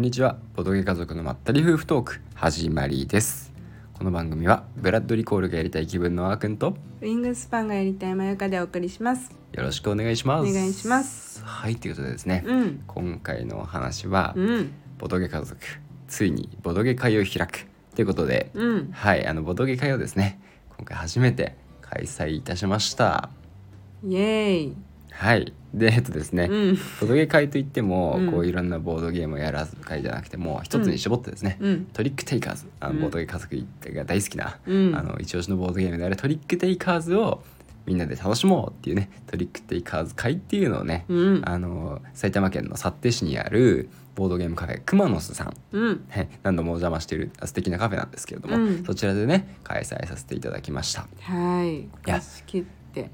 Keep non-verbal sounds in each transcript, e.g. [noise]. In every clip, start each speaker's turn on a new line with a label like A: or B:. A: にちはボドゲ家族のまったり夫婦トーク始まりですこの番組はブラッドリコールがやりたい気分のあーくんと
B: ウィングスパンがやりたいまゆかでお送りします。
A: よろしくお願いします
B: お願いします
A: はいということでですね、
B: うん。
A: 今回のお話は、
B: うん。
A: ボドゲ家族ついにボドゲ会を開くということで、
B: うん。
A: はいあのボドゲ会をですね今回初めて開催いたしました
B: イエーイ。
A: はいでえっとですね、
B: うん。
A: ボドゲ会といっても、
B: うん
A: こういろんなボードゲームをやらず会じゃなくてもう一つに絞ってですね、
B: うん。
A: トリックテイカーズあの、
B: うん
A: ボードゲ家族が大好きな、
B: うん
A: あの一押しのボードゲームであるトリックテイカーズをみんなで楽しもうっていうねトリックテイカーズ会っていうのをね、
B: うん。
A: あの埼玉県の幸手市にあるボードゲームカフェクマノスさん、
B: うん。
A: はい何度もお邪魔している素敵なカフェなんですけれども、
B: うん
A: そちらでね開催させていただきました
B: はい。
A: や
B: 貸し切って。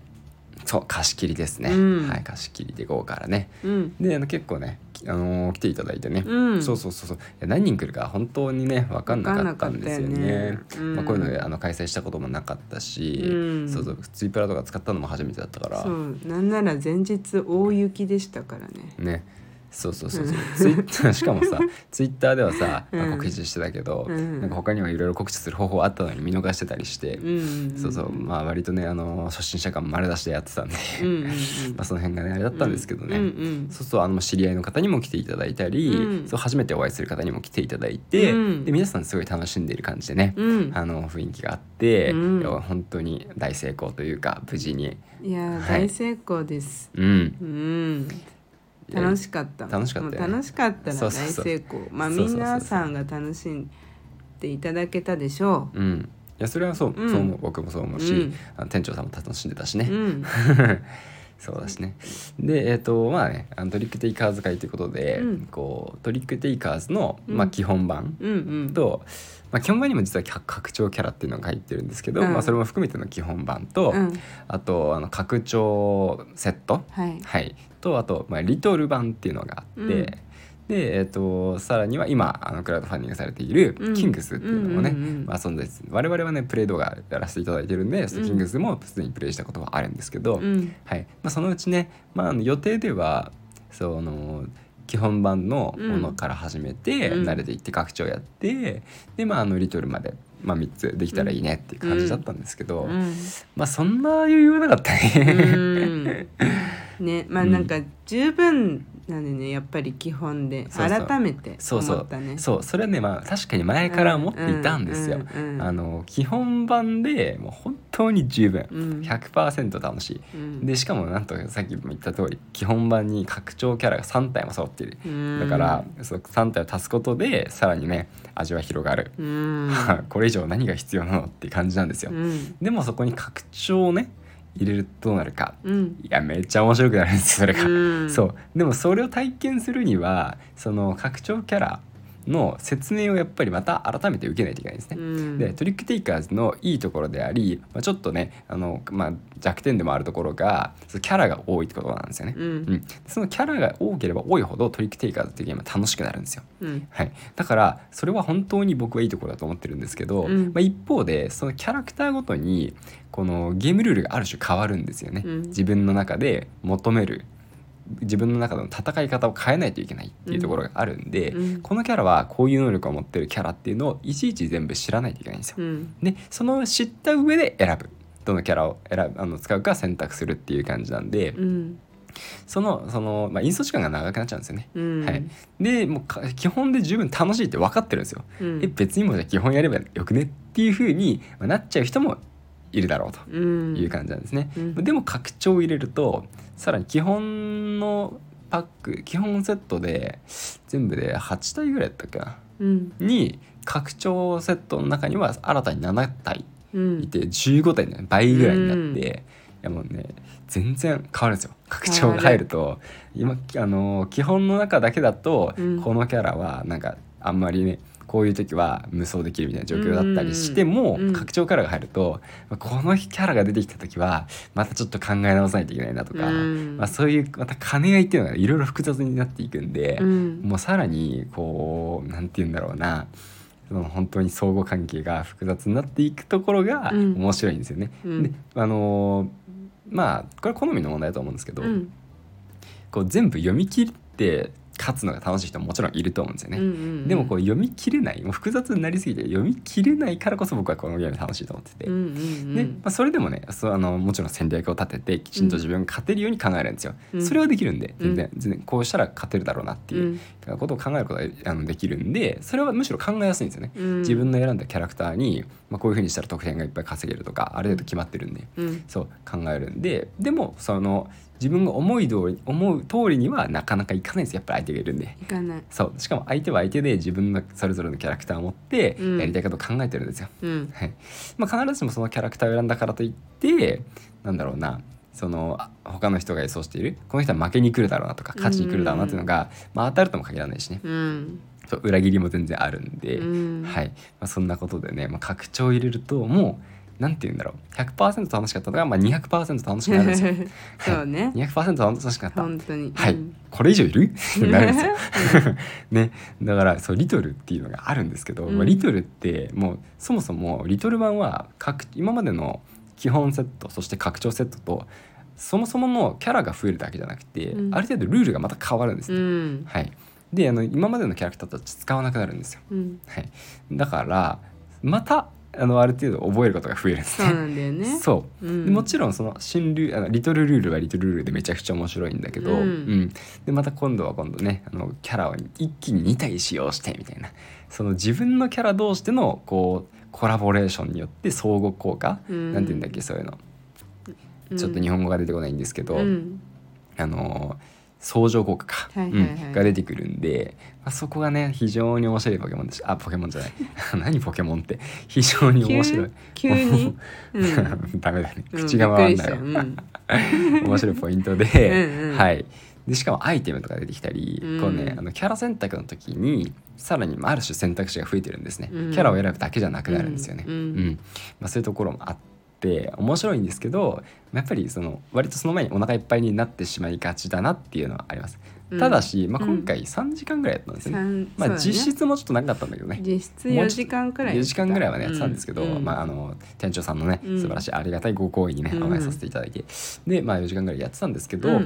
A: そう貸し切りですね、
B: うん
A: はい貸し切りで豪華らね
B: うん。
A: であの結構ね、きあのー来ていただいてね、
B: うん
A: そうそうそうそういや何人来るか本当にね分かんなかったんですよね
B: 分かんなかったよねうん
A: まあ、こういうのであの開催したこともなかったし、
B: うん
A: そうそうツイプラとか使ったのも初めてだったから
B: そう。なんなら前日大雪でしたからね。
A: ねそうそうそうそうツイッターしかも
B: [laughs]
A: さツイッターではさ、まあ
B: うん
A: 告知してたけど、
B: うん
A: なんか他にもいろいろ告知する方法あったのに見逃してたりして、
B: うん。
A: そうそうまあ割とねあのー初心者感丸出しでやってたんで、
B: うん。うん。う
A: [laughs]
B: ん。
A: まあその辺がねあれだったんですけどね、
B: うんうん
A: そうそうあの知り合いの方にも来ていただいたり、
B: うん
A: そう初めてお会いする方にも来ていただいて、
B: うん
A: で皆さんすごい楽しんでいる感じでね、
B: うん。
A: あの雰囲気があって、
B: うん
A: いや本当に大成功というか無事に、
B: いやー、
A: はい
B: 大成功です。
A: うん、
B: うん。楽しかった。
A: 楽しかったよね
B: もう楽しかったら
A: そう
B: 大
A: そうそう
B: 成功。まあ、
A: そうそうそうそう
B: 皆さんが楽しんでいただけたでしょう。
A: うん、いやそれはそう,、
B: うん
A: そう思う僕もそう思うし、
B: うん
A: あの店長さんも楽しんでたしね、
B: うん。
A: [laughs] そうだしねでえっ、とまあねあのトリックテイカーズ会ということで、
B: うん
A: こうトリックテイカーズの、
B: うん
A: まあ、基本版、
B: うんうん。
A: と、まあ、基本版にも実は拡拡張キャラっていうのが入ってるんですけど、
B: うん
A: まあ、それも含めての基本版と、
B: うん。
A: あとあの拡張セット、
B: はい。
A: はい、とあと、まあ、リトル版っていうのがあって、
B: うん
A: で、えー、とさらには今あのクラウドファンディングされている
B: うん
A: キングスっていうのもね、
B: うんうんうん
A: まあ、遊んで我々はねプレイ動画やらせていただいてるんで、そのキングスもすでにプレイしたことはあるんですけど、
B: うん。
A: はいまあ、そのうちね、まあ、あの予定ではその基本版のものから始めて、
B: うん
A: 慣れていって拡張やってで、まあ、あのリトルまで、まあ、3つできたらいいねっていう感じだったんですけど、
B: うん
A: まあそんな余裕はなかった
B: う
A: ね。
B: んね、まあなんか十分なんでねやっぱり基本で
A: そうそう
B: 改めて
A: [laughs] そうそ
B: 思っ
A: う
B: たね。
A: そうそれはねまあ確かに前から思っていたんですよ。
B: うんうんうん
A: あの基本版でもう本当に十分
B: うん
A: 100%楽しい。
B: うん
A: でしかもなんとさっきも言った通り基本版に拡張キャラが3体も揃っている
B: うん
A: だから、そう3体を足すことでさらにね味は広がる、
B: うん
A: [laughs] これ以上何が必要なのっていう感じなんですよ、
B: うん
A: でもそこに拡張をね入れるとどうなるか
B: うん
A: いやめっちゃ面白くなるんですよそれが、
B: う
A: [laughs]
B: ん
A: そうでもそれを体験するにはその拡張キャラの説明をやっぱりまた改めて受けないといけないんですね、
B: うん
A: でトリックテイカーズのいいところであり、まあ、ちょっとねあの、まあ、弱点でもあるところがそのキャラが多いってことなんですよね、
B: う
A: うんん、そのキャラが多ければ多いほどトリックテイカーズっていうゲームは楽しくなるんですよ。
B: うん
A: はい、だからそれは本当に僕はいいところだと思ってるんですけど、
B: うん
A: まあ、一方でそのキャラクターごとにこのゲームルールがある種変わるんですよね、
B: うん
A: 自分の中で求める自分の中での戦い方を変えないといけないっていうところがあるんで、
B: うん
A: このキャラはこういう能力を持ってるキャラっていうのをいちいち全部知らないといけないんですよ。
B: うん
A: でその知った上で選ぶどのキャラを選ぶあの使うか選択するっていう感じなんで、
B: うん
A: そのその、まあ、引率時間が長くなっちゃうんですよね。
B: うん
A: はい、でもうか基本で十分楽しいって分かってるんですよ。
B: うん
A: え別にもうじゃあ基本やればよくねっていうふうにまあなっちゃう人もいるだろうと
B: うん
A: いう感じなんですね。
B: うん
A: でも拡張を入れるとさらに基本のパック基本セットで全部で8体ぐらいだったっけな
B: うん
A: に拡張セットの中には新たに7体
B: うん
A: いて15点ね倍ぐらいになって、いやもうね全然変わるんですよ拡張が入ると今あのー基本の中だけだと、
B: うん
A: このキャラはなんかあんまりねこういう時は無双できるみたいな状況だったりしても、
B: うん
A: 拡張キャラが入るとこのキャラが出てきた時はまたちょっと考え直さないといけないなとか、
B: うん
A: まあ、そういうまた兼ね合いっていうのがいろいろ複雑になっていくんで、
B: うん
A: もうさらにこうなんて言うんだろうなその本当に相互関係が複雑になっていくところが
B: うん
A: 面白いんですよね。
B: うん
A: であのーまあこれ好みの問題だと思うんですけど、
B: うん
A: こう全部読み切って勝つのが楽しい人ももちろんいると思うんですよね。
B: うんうんうん
A: でもこう読み切れないもう複雑になりすぎて読み切れないからこそ僕はこのゲーム楽しいと思ってて、
B: うんうんう
A: でま
B: ん
A: あ、それでもねそうあのもちろん戦略を立ててきちんと自分が勝てるように考えるんですよ、
B: うん
A: それはできるんで全然全然こうしたら勝てるだろうなっていう、ことを考えることがあのできるんでそれはむしろ考えやすいんですよね、
B: うん
A: 自分の選んだキャラクターに、まあ、こういうふうにしたら得点がいっぱい稼げるとかある程度決まってるんで、
B: うん
A: そう考えるんででもその自分が思い通り思う通りにはなかなかいかないんですやっぱり相手がいるんで。
B: いかない
A: そうしかも相手は相手で自分のそれぞれのキャラクターを持って
B: うん
A: やりたいことを考えてるんですよ。
B: うん
A: はいまあ、必ずしもそのキャラクターを選んだからといってなんだろうなそのあ他の人が予想しているこの人は負けに来るだろうなとか勝ちに来るだろうなっていうのが、まあ、当たるとも限らないしね
B: うん
A: そう裏切りも全然あるんで、
B: うん
A: はいまあ、そんなことでね、まあ、拡張を入れるともうなんて言うんだろう100%楽しかったのが、まあ、200%楽しくなるん
B: [laughs]
A: ですよ。
B: そうね
A: 200%楽しかった
B: 本当に
A: はい、
B: うん
A: これ以上いる
B: [laughs]
A: ってなるんですよ。 [laughs] ね、だからそうリトルっていうのがあるんですけど、
B: うん
A: まあ、リトルってもうそもそもリトル版は拡今までの基本セットそして拡張セットとそもそものキャラが増えるだけじゃなくて、
B: うん
A: ある程度ルールがまた変わるんです
B: う
A: ね。
B: ん
A: はい、であの今までのキャラクターたち使わなくなるんですよ。
B: うん
A: はい、だからまたあのある程度覚えることが増えるんです
B: そう
A: ね。
B: なんだよね
A: [laughs] そう
B: うん
A: でもちろんその新ルーあのリトルルールはリトルルールでめちゃくちゃ面白いんだけど、
B: うん
A: うんでまた今度は今度ねあのキャラを一気に2体使用してみたいなその自分のキャラ同士でのこうコラボレーションによって相互効果、
B: うん
A: なんて言うんだっけそういうの
B: うん
A: ちょっと日本語が出てこないんですけど、
B: うん
A: あの相乗効果か、
B: はいはいはい
A: うんが出てくるんで、まあ、そこがね非常に面白いポケモンでしあポケモンじ
B: [laughs]
A: ゃない何ポケモンって非常に面白い。
B: 急急にうん
A: [laughs] ダメだね
B: うん
A: 口が回んだよ、
B: びっくりしたうん
A: 面白いポイントで
B: うんうん
A: はい、でしかもアイテムとか出てきたり、
B: うん
A: こうねあのキャラ選択の時にさらにまあある種選択肢が増えてるんですね、
B: うん
A: キャラを選ぶだけじゃなくなるんですよね、
B: うんうん
A: まあ、そういうところもあって面白いんですけどやっぱりその割とその前にお腹いっぱいになってしまいがちだなっていうのはあります、
B: うん
A: ただし、まあ、今回3時間ぐらいやったんですよね、ま
B: 三
A: あ
B: そうだね
A: 実質もちょっと長かったんだけどね
B: 実質
A: もうちょっ
B: 4
A: と
B: 時間くらい
A: 4時間ぐらいはねやってたんですけど、まあ、
B: あ
A: あの店長さんのね
B: うん
A: 素晴らしいありがたいご好意にね
B: うん
A: お会いさせていただいて、で、まあ、4時間ぐらいやってたんですけど、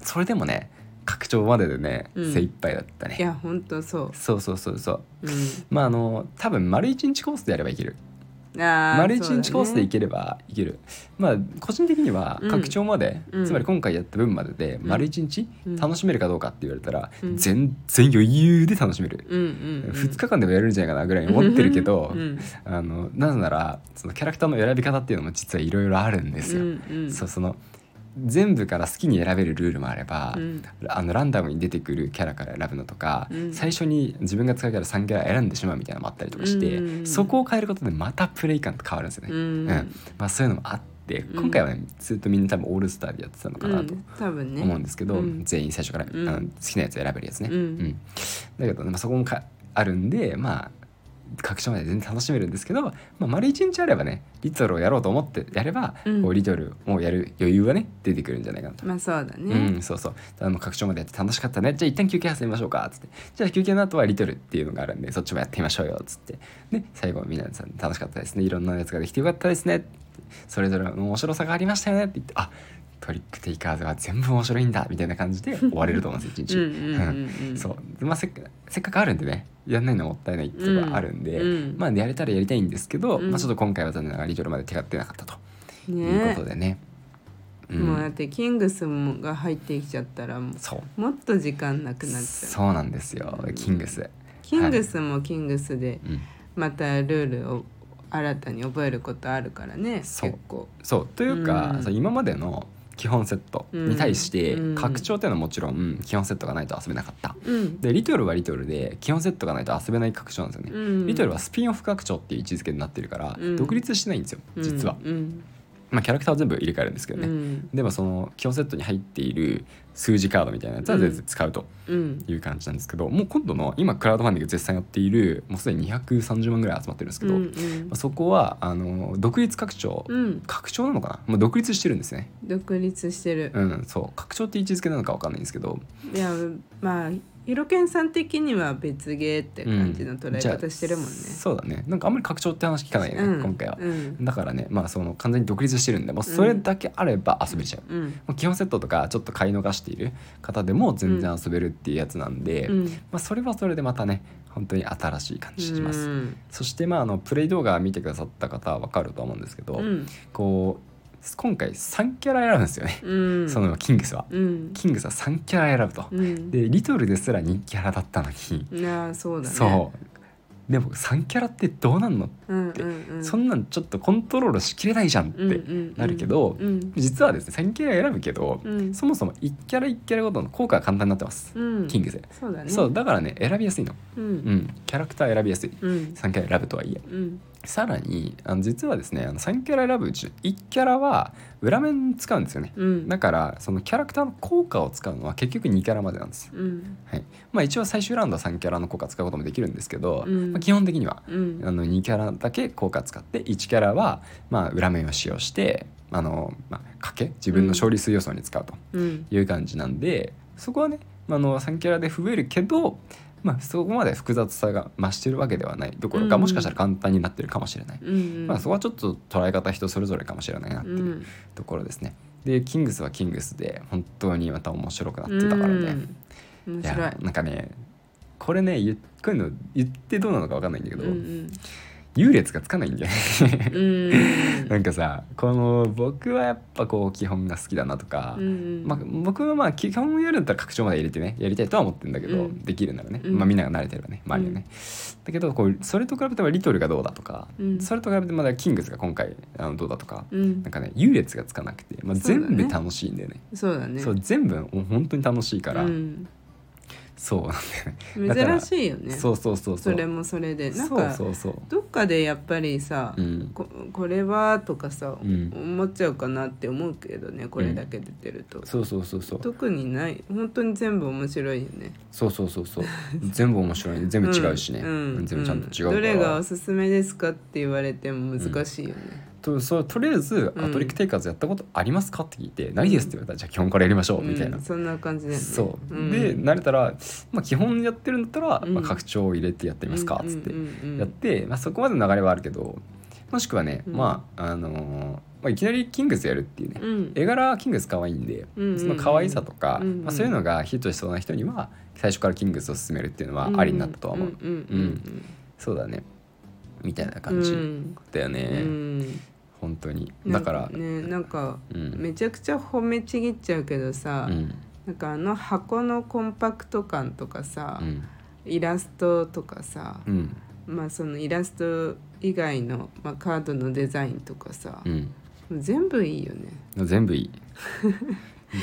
A: それでもね拡張まででね、
B: うん
A: 精一杯だった
B: い
A: ね
B: や本当そ
A: そうそうそうそう
B: う、うん
A: まああの多分丸1日コースでやればいける
B: あー
A: 丸1日コースでい
B: そ
A: ければいける、まあ個人的には
B: うん
A: 拡張まで、
B: うん
A: つまり今回やった分までで丸1日
B: うん
A: 楽しめるかどうかって言われたら、
B: うん
A: 全然余裕で楽しめる、
B: うだねうんうんうん、
A: 2日間でもやれるんじゃないかなぐらいに思ってるけど、
B: うんうん
A: あのなぜならそのキャラクターの選び方っていうのも実はいろいろあるんですよ。
B: うんうん
A: そうその全部から好きに選べるルールもあれば、
B: うん
A: あのランダムに出てくるキャラから選ぶのとか、
B: うん
A: 最初に自分が使うキャラ3キャラ選んでしまうみたいなのもあったりとかして、
B: うんうんうん
A: そこを変えることでまたプレイ感って変わるんですよね。
B: うん
A: まあ、そういうのもあって
B: うん
A: 今回はねずっとみんな多分オールスターでやってたのか
B: う
A: なと
B: ん、多分ね
A: 思うんですけど、
B: うん
A: 全員最初から、
B: うん
A: あの好きなやつ選べるやつね、
B: うん
A: だけど、ねまあ、そこもかあるんでまあ各所まで全然楽しめるんですけど、まあ、丸一日あればねリトルをやろうと思ってやれば、
B: うん
A: こうリトルをやる余裕がね出てくるんじゃないかなと。
B: まあそうだね、
A: うん、そうそうあの拡張までやって楽しかったねじゃあ一旦休憩挟みましょうかつってじゃあ休憩の後はリトルっていうのがあるんでそっちもやってみましょうよつってで最後みんなさん楽しかったですねいろんなやつができてよかったですねそれぞれの面白さがありましたよねって言ってあトリックテイカーズは全部面白いんだみたいな感じ
B: [laughs]
A: で終われると思うんですよ一日。
B: うんうんうんうん
A: そうでまあ、せっかせっかくあるんでねやんないのもったいないってとこがあるんで、
B: うんうん
A: まあ、やれたらやりたいんですけど、
B: うん
A: まあ、ちょっと今回は残念ながらリトルまで手が出なかったとい
B: ね
A: うことでね。うん
B: もうだってキングスもが入ってきちゃったらも
A: そう
B: うもっと時間なくなっちゃう
A: そうなんですよキングス、
B: キングスもキングスで
A: うん、
B: またルールを新たに覚えることあるからね結
A: そう
B: 構
A: そうというか、
B: うん
A: そう今までの基本セットに対して
B: うん
A: 拡張っていうのはもちろん基本セットがないと遊べなかった
B: うん
A: でリトルはリトルで基本セットがないと遊べない拡張なんですよね、
B: うん
A: リトルはスピンオフ拡張っていう位置づけになってるから、
B: うん
A: 独立してないんですよ実は、
B: うん
A: まあキャラクターは全部入れ替えるんですけ
B: う
A: ど
B: ん
A: ね、でもその基本セットに入っている数字カードみたいなやつは全然使うと
B: うん
A: いう感じなんですけど、もう今度の今クラウドファンディング絶賛やっているもうすでに230万ぐらい集まってるんですけど、
B: うんう
A: ま
B: ん
A: あそこはあの独立拡張、
B: うん
A: 拡張なのかな、まあ、独立してるんですね
B: 独立してる
A: うんそう拡張って位置づけなのかわかんないんですけど
B: いやまあエロケンさん的には別ゲーって感じの捉え方してるもんね
A: じゃあ。そうだねなんかあんまり拡張って話聞かないよね、
B: うん
A: 今回は
B: う、ん
A: だからねまあその完全に独立してるんでもうそれだけあれば遊べちゃう、
B: うん
A: もう基本セットとかちょっと買い逃している方でも全然遊べるっていうやつなんで、
B: うん
A: まあ、それはそれでまたね本当に新しい感じします、
B: うん
A: そしてまああのプレイ動画見てくださった方は分かると思うんですけど、
B: うん
A: こう今回3キャラ選ぶんですよね、
B: うん
A: そのキングスは、
B: うん
A: キングスは3キャラ選ぶと、
B: うん
A: でリトルですら2キャラだったのに、
B: なあそうだね
A: そうでも3キャラってどうなんの、
B: うんうんうん
A: そんなんちょっとコントロールしきれないじゃんって、
B: うんうん
A: なるけど
B: うん
A: 実はですね3キャラ選ぶけど、
B: うん
A: そもそも1キャラ1キャラごとの効果が簡単になってます、
B: うん
A: キングス、
B: そうだね
A: そうだからね選びやすいの、
B: う
A: うんん、キャラクター選びやすい
B: うん
A: 3キャラ選ぶとはいえ
B: うん
A: さらにあの実はですねあの3キャラ選ぶうち1キャラは裏面使うんですよね
B: うん
A: だからそのキャラクターの効果を使うのは結局2キャラまでなんですよ
B: うん
A: はいまあ、一応最終ラウンドは3キャラの効果使うこともできるんですけど、
B: うん
A: まあ、基本的には
B: うん
A: あの2キャラだけ効果使って1キャラはまあ裏面を使用してあの、まあ、賭け自分の勝利数予想に使うと
B: うん
A: いう感じなんで、そこはねあの3キャラで増えるけど、まあ、そこまで複雑さが増してるわけではないどころか、
B: うん
A: もしかしたら簡単になってるかもしれない、
B: うん
A: まあ、そこはちょっと捉え方人それぞれかもしれないなっていううんところですね。でキングスはキングスで本当にまた面白くなってたからね。
B: うん面
A: いや
B: 白い
A: なんかねこれね言っこういうの言ってどうなのか分かんないんだけ
B: う
A: ど、
B: ん
A: [laughs] 優劣がつかないんだよね
B: うんうん
A: [laughs] なんかさこの僕はやっぱこう基本が好きだなとか、
B: うん
A: まあ、僕はまあ基本やるんだったら拡張まで入れてねやりたいとは思ってるんだけど、
B: うん
A: できるならね、
B: うん
A: まあ、みんなが慣れてればね周りはね、だけどこうそれと比べてはリトルがどうだとか、
B: うん
A: それと比べてまだキングスが今回あのどうだとか、
B: うん
A: なんかね優劣がつかなくて、まあ、
B: そうだね
A: 全部楽しいんだよね
B: そうだね
A: そう全部本当に楽しいから、
B: うん
A: そうなんだよねだから
B: 珍しいよね
A: そうそうそうそ
B: そうれもそれでなん
A: そう
B: か
A: そうそう
B: どっかでやっぱりさ、
A: うん
B: ここれはとかさ、
A: うん
B: 思っちゃうかなって思うけどねこれだけ出てると、
A: そうそうそうそう
B: 特にない本当に全部面白いよね
A: そうそうそうそう全部面
B: [laughs]
A: 白いね全部違うしね、
B: んん
A: 全部ちゃんと違うから、
B: どれがおすすめですかって言われても難しいよね、
A: とそうとりあえず、
B: うん
A: アトリックテイカーズやったことありますか?」って聞いて「ないです」って言われたら「じゃあ基本からやりましょう」
B: うん
A: みたいな、
B: そんな感じだよね
A: そう、
B: ん
A: で慣れたら、まあ、基本やってるんだったら、
B: うん
A: まあ、拡張を入れてやってみますかっつって
B: うんうんうん
A: やって、まあ、そこまでの流れはあるけどもしくはね、
B: うん
A: まああのーまあ、いきなりキングスやるっていうね、
B: うん
A: 絵柄キングス可愛いんで、
B: うんうんうん
A: その可愛さとか、
B: うんうん
A: まあ、そういうのがヒットしそうな人には最初からキングスを勧めるっていうのはありになったとは思う、
B: うんうん
A: そうだねみたいな
B: うんうん
A: 感じだよね、
B: うん
A: 本当に
B: うん
A: だから
B: なんねなんか
A: うん
B: めちゃくちゃ褒めちぎっちゃうけどさ、
A: うん
B: なんかあの箱のコンパクト感とかさ、
A: うん
B: イラストとかさ、
A: うん
B: まあそのイラスト以外の、まあ、カードのデザインとかさ
A: う、ん
B: 全部いいよね
A: 全
B: [laughs]
A: 部いい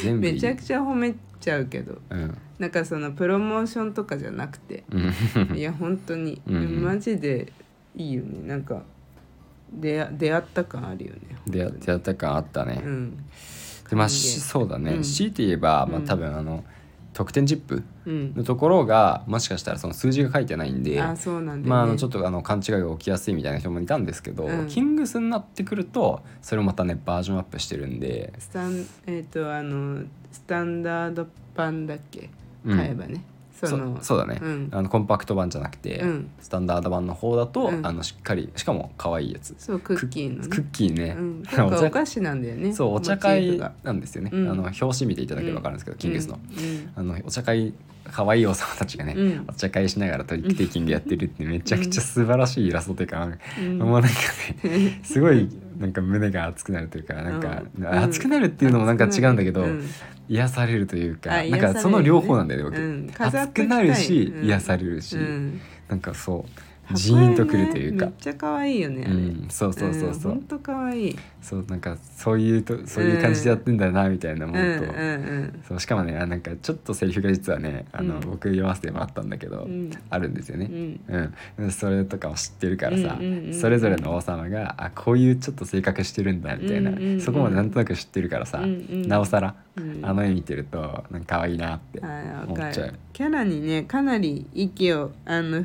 A: 全部いい
B: めちゃくちゃ褒めちゃうけど
A: うん
B: なんかそのプロモーションとかじゃなくて
A: うん
B: いや本当に、
A: うんうん
B: マジでいいよねなんか出会出会った感あるよね
A: 出会出会った感あったね、
B: うん
A: でまあ
B: 歓迎
A: しそうだね、
B: うん
A: 強いて言えば、まあ、
B: うん
A: 多分あの得点チップ
B: うん
A: のところがもしかしたらその数字が書いてないんで
B: あそうなんだよね、
A: まあ、あのちょっとあの勘違いが起きやすいみたいな人もいたんですけど、
B: うん
A: キングスになってくるとそれをまたねバージョンアップしてるんで
B: スタンえっ、とあのスタンダード版だっけ
A: うん
B: 買えばね、その
A: そうだね、
B: うん
A: あのコンパクト版じゃなくて、
B: うん
A: スタンダード版の方だと、
B: うん
A: あのしっかりしかも可愛いやつ
B: そうクッキーのね
A: クッキーね、 [laughs]
B: うん、なん
A: お
B: か
A: 茶
B: お菓子なんだよね
A: そうお茶
B: モチーフ
A: 会
B: が
A: なんですよね、
B: うん
A: あの表紙見ていただければ分かるんですけど、キングスの、
B: うん
A: あのお茶会可愛いお様たちがね、
B: うん
A: お茶会しながらトリックテイキングやってるってめちゃくちゃ素晴らしいイラストというか、
B: うん
A: もうなんかねすごいなんか胸が熱くなるというかなんか、
B: うん
A: 熱くなるっていうのもなんか違うんだけど、
B: うん
A: 癒されるというか
B: あ
A: なんかその両方なんだよね
B: 癒され
A: 僕、
B: るねうん飾っ
A: 熱
B: ときた
A: く
B: い
A: なるし、
B: うん
A: 癒されるし、
B: うん
A: なんかそうジーンとくるというか、
B: めっちゃ可愛いよねあ
A: う
B: れ、
A: ん、そうそうそうそう、
B: 本当可愛い
A: そうなんかそういうとそういう感じでやってんだなみたいな
B: う
A: も
B: んう
A: っ
B: ん
A: と、
B: うん
A: そうしかもねあなんかちょっとセリフが実はねあの、
B: うん
A: 僕読ませてもらったんだけど、
B: うん
A: あるんですよね。
B: うん
A: うん、それとかを知ってるからさ、
B: うんうんうん
A: それぞれの王様があこういうちょっと性格してるんだみたいな、
B: うんうんうん
A: そこまでなんとなく知ってるからさ、
B: うんうん
A: なおさら、
B: うん
A: あの絵見てるとなんか可愛いなって
B: あ
A: 思
B: ーわ
A: っち
B: か
A: ゃ
B: る
A: う。
B: キャラにねかなり息をあの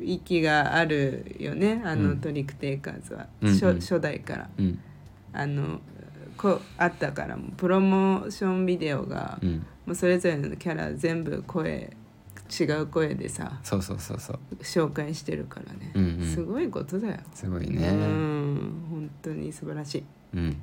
B: 息があるよねあの、
A: うん
B: トリックテイカーズは、
A: うんうん
B: 初初代から
A: うん
B: あのこあったからもうプロモーションビデオが、
A: うん
B: もうそれぞれのキャラ全部声違う声でさ
A: そうそうそうそう
B: 紹介してるからね、
A: うんうん
B: すごいことだよ、
A: すごいうね
B: ん本当に素晴らしい
A: うん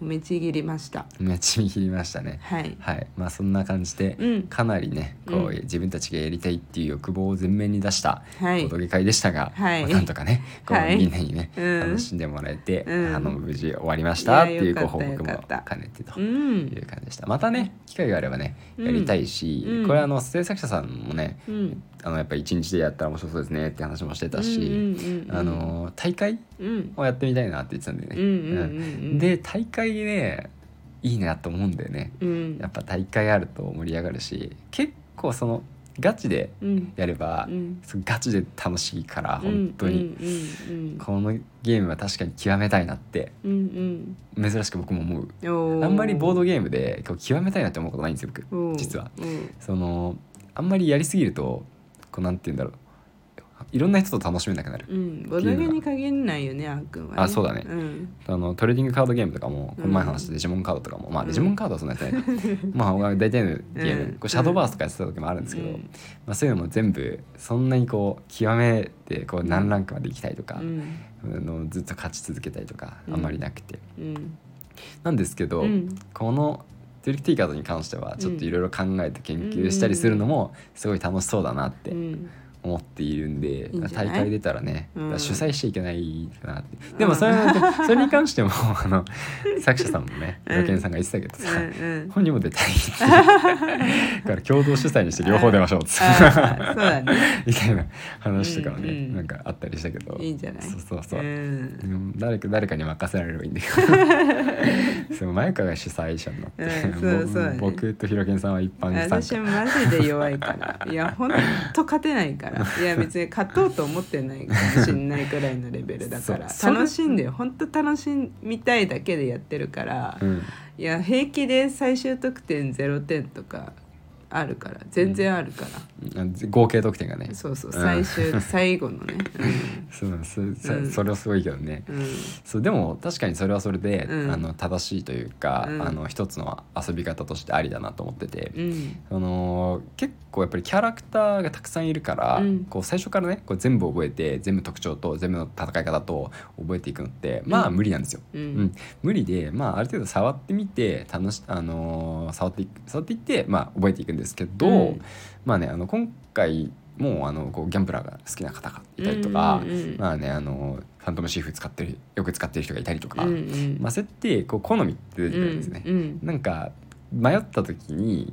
B: 褒めちぎりました
A: めっちゃ切りましたね
B: はい
A: はいまあそんな感じで、
B: うん
A: かなりねこう、
B: うん
A: 自分たちがやりたいっていう欲望を前面に出した
B: はい
A: お届け会でしたが、
B: はい
A: まあなんとかねこう、
B: はい
A: みんなにね、
B: うん
A: 楽しんでもらえて、
B: うん
A: あの無事終わりましたってい
B: いうや
A: ご
B: よか
A: 報
B: った
A: 告
B: よ
A: も
B: かった
A: 兼ねてと
B: う
A: いうん感じでしたまたね機会があればね
B: うん
A: やりたいし、
B: うん
A: これあの制作者さんもね
B: うん
A: あのやっぱ一日でやったら面白そうですねって話もしてた
B: う
A: し、
B: んうんうん
A: あの大会
B: うん
A: をやってみたいなって言ってたんだよ
B: うん
A: ね。
B: うんうんうん
A: で大会ねいいなと思うんだよね。
B: うん
A: やっぱ大会あると盛り上がるし結構そのガチで
B: うん
A: やれば、
B: うん
A: そうガチで楽しいから本当に、
B: うん
A: このゲームは確かに極めたいなって
B: うんうん
A: 珍しく僕も思う。
B: うんお
A: あんまりボードゲームでこう極めたいなって思うことないんですよ
B: お
A: 僕
B: ー
A: 実は。
B: うん
A: そのあんまりやりすぎるとこうなんて言うんだろういろんな人と楽しめなくなる
B: うんボードゲームに限らないよねあーくんはね
A: あそうだね
B: うん
A: あのトレーディングカードゲームとかも
B: うん
A: この前話したデジモンカードとかも、まあ
B: うん
A: デジモンカードはそんなやってないか、
B: [laughs]
A: まあ大体のゲーム、
B: うん
A: こうシャドーバースとかやってた時もあるんですけど、
B: うん
A: まあ、そういうのも全部そんなにこう極めてこう何ランクまでいきたいとか
B: う、ん
A: あのずっと勝ち続けたいとか
B: うん
A: あんまりなくて、
B: うん
A: なんですけど、
B: うん
A: このトゥリティカードに関してはちょっといろいろ考えて研究したりするのもすごい楽しそうだなって
B: うん
A: 思っているんで
B: いいんじゃない
A: 大会出たらね、
B: うん
A: 主催しちゃいけないかなって
B: ん
A: でもそれ,、
B: [laughs]
A: それに関してもあの作者さんもね
B: うん
A: ロケンさんが言ってたけどさ、
B: うんうん
A: 本にも出たいってだか
B: [laughs]
A: ら共同主催にして両方出ましょうっつ
B: あーそうだね
A: [laughs] みたいな話とかもね、
B: うんうん
A: なんかあったりしたけど
B: いいんじゃない
A: そうそうそう、
B: ん
A: でも誰か誰かに任せられればいいんだけ
B: [laughs]
A: どそう前川が主催者になって、 [laughs]
B: うんそうそうだね
A: 僕とひろけんさんは一般参
B: 私
A: 加
B: マジで弱
A: [laughs]
B: いからいやほんと勝てないからいや別に勝とうと思ってないかもしんないくらいのレベルだから
A: [laughs] そうそれ
B: 楽しんでよほんと楽しみたいだけでやってるから、
A: うん
B: いや平気で最終得点0点とかあるから全然あるから、
A: 合計得点がね
B: そうそ
A: う
B: う
A: ん
B: 最
A: [laughs]
B: 終、最後のね
A: そうなんですそ,、
B: うん
A: それはすごいけどね、
B: うん、うん
A: そうでも確かにそれはそれで、
B: うん
A: あの正しいというか、
B: うん
A: あの一つの遊び方としてありだなと思ってて、
B: うん
A: あの結構やっぱりキャラクターがたくさんいるから、
B: うん
A: こう最初からねこう全部覚えて全部特徴と全部の戦い方と覚えていくのってまあ
B: うん
A: 無理なんですよ。
B: う
A: うんん無理で、まあ、ある程度触ってみて楽し、あのー触っていく触っていって、まあ、覚えていくんですけど、
B: うん
A: まあね、あの今回もあのこうギャンブラーが好きな方がいたりとか、
B: うんうんうん
A: まあね、あのファントムシーフ使ってるよく使ってる人がいたりとか、
B: うんうん
A: まあ、それってこう好みって出てくるんですね。
B: うんうん
A: なんか迷った時に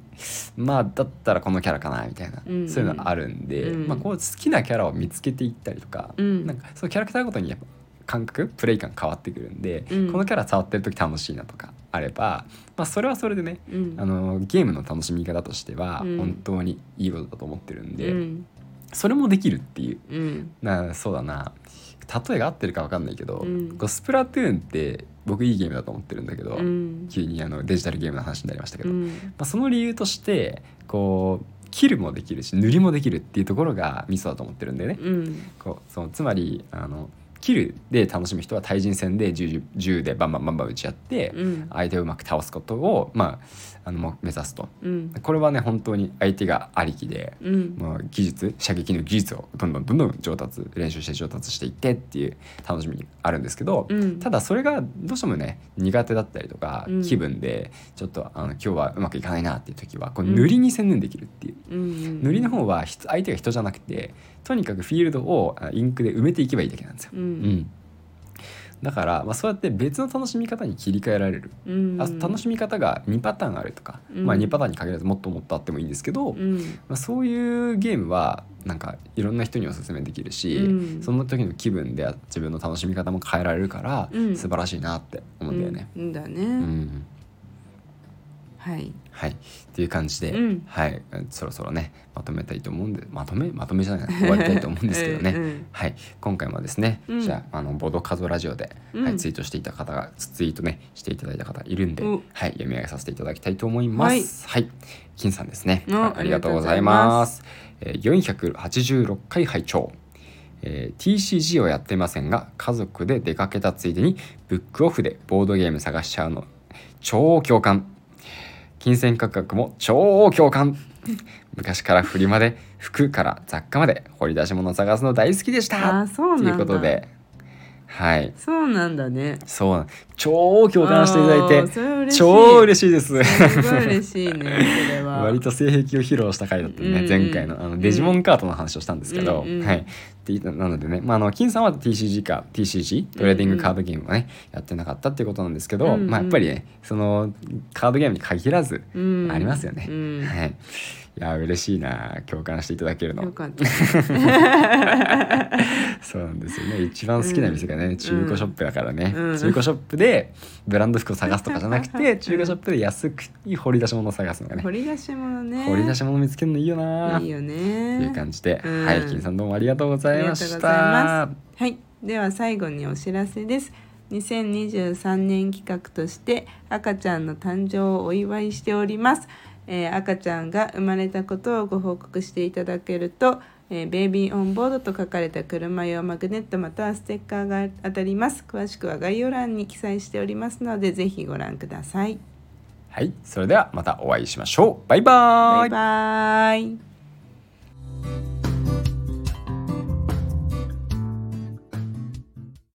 A: まあだったらこのキャラかなみたいな、
B: うんうん
A: そういうのあるんで、
B: うん
A: まあ、こう好きなキャラを見つけていったりとか,、
B: うん
A: なんかそうキャラクターごとにやっぱ感覚プレイ感変わってくるんで、
B: うん
A: このキャラ触ってる時楽しいなとかあれば、まあ、それはそれでね
B: うん
A: あのゲームの楽しみ方としては
B: うん
A: 本当にいいことだと思ってるんで、
B: うん
A: それもできるっていう
B: うん
A: なそうだな例えが合ってるか分かんないけど、
B: うん
A: こうスプラトゥーンって僕いいゲームだと思ってるんだけど、
B: うん
A: 急にあのデジタルゲームの話になりましたけど、
B: う
A: ま
B: ん
A: あ、その理由としてこう切るもできるし塗りもできるっていうところがミソだと思ってるんだよね。
B: うん
A: こうそのつまりあの切るで楽しむ人は対人戦で銃銃でバンバンバンバン打ち合って、
B: うん
A: 相手をうまく倒すことを、まあ、あのもう目指すと。
B: うん
A: これはね本当に相手がありきで、
B: うん
A: まあ、技術射撃の技術をどんどんどんどん上達練習して上達していってっていう楽しみにあるんですけど、
B: うん
A: ただそれがどうしてもね苦手だったりとか、
B: うん
A: 気分でちょっとあの今日はうまくいかないなっていう時はこう
B: うん
A: 塗りに専念できるっていう、
B: うん
A: 塗りの方はひ相手が人じゃなくてとにかくフィールドをあインクで埋めていけばいいだけなんですよ。
B: うん
A: うんだから、まあ、そうやって別の楽しみ方に切り替えられる、
B: うん
A: あ楽しみ方が2パターンあるとか、
B: うん
A: まあ、2パターンに限らずもっともっとあってもいいんですけど、
B: うん
A: まあ、そういうゲームはなんかいろんな人におすすめできるし、
B: うん
A: その時の気分で自分の楽しみ方も変えられるから、
B: うん
A: 素晴らしいなって思うんだよね。
B: うんだね、
A: うん
B: はい
A: はいっていう感じで、
B: うん
A: はい、そろそろねまとめたいと思うんでまとめまとめじゃないな終わりたいと思うんですけどね。
B: うんうん
A: はい、今回もですね、
B: うん
A: じゃああのボドカゾラジオで、
B: うん
A: はい、ツイートしていた方がツイートねしていただいた方いるんで、
B: お
A: はい、読み上げさせていただきたいと思います。はい、金さんですね、
B: お
A: はいありがとうございます。えー486回拝聴、えー TCG をやってませんが家族で出かけたついでにブックオフでボードゲーム探しちゃうの超共感。金金銭価格も超共感 [laughs] 昔から振りまで服から雑貨まで掘り出し物を探すの大好きでした
B: あそうなん
A: と
B: だ
A: いうことではい
B: そうなんだね
A: そうなん超共感していただい
B: あ
A: て
B: ーそれ嬉しい
A: 超嬉しいです
B: すごい嬉しいねそれ
A: [laughs]
B: は
A: 割と性癖を披露した回だったね、
B: うんうん
A: 前回のあのデジモンカートの話をしたんですけど、
B: うんうん
A: はいでなのでね、まあ、あの金さんは TCG か TCG トレーディングカードゲームはね、やってなかったっていうことなんですけど、
B: うんうん
A: まあ、やっぱりねそのカードゲームに限らず
B: うん
A: ありますよね、
B: うん
A: はいいや嬉しいな共感していただける
B: よ
A: の
B: かった
A: そうなんですよね一番好きな店がね、中古ショップだからね、
B: うん
A: 中古ショップでブランド服を探すとかじゃなくて中古ショップで安くいい掘り出し物を探すのがね
B: 掘り出し物ね
A: 掘り出し物見つけるのいいよない
B: いよ
A: という
B: ね
A: 感じで、
B: うん
A: はい、金さんどうもありがとうございまし
B: あ
A: た
B: りがとうござい。ます。はい、では最後にお知らせです。2023年企画として赤ちゃんの誕生をお祝いしております。えー赤ちゃんが生まれたことをご報告していただけると、えーベイビーオンボードと書かれた車用マグネットまたはステッカーが当たります。詳しくは概要欄に記載しておりますので、ぜひご覧ください。
A: はい、それではまたお会いしましょう。バイバーイ。
B: バイバイ。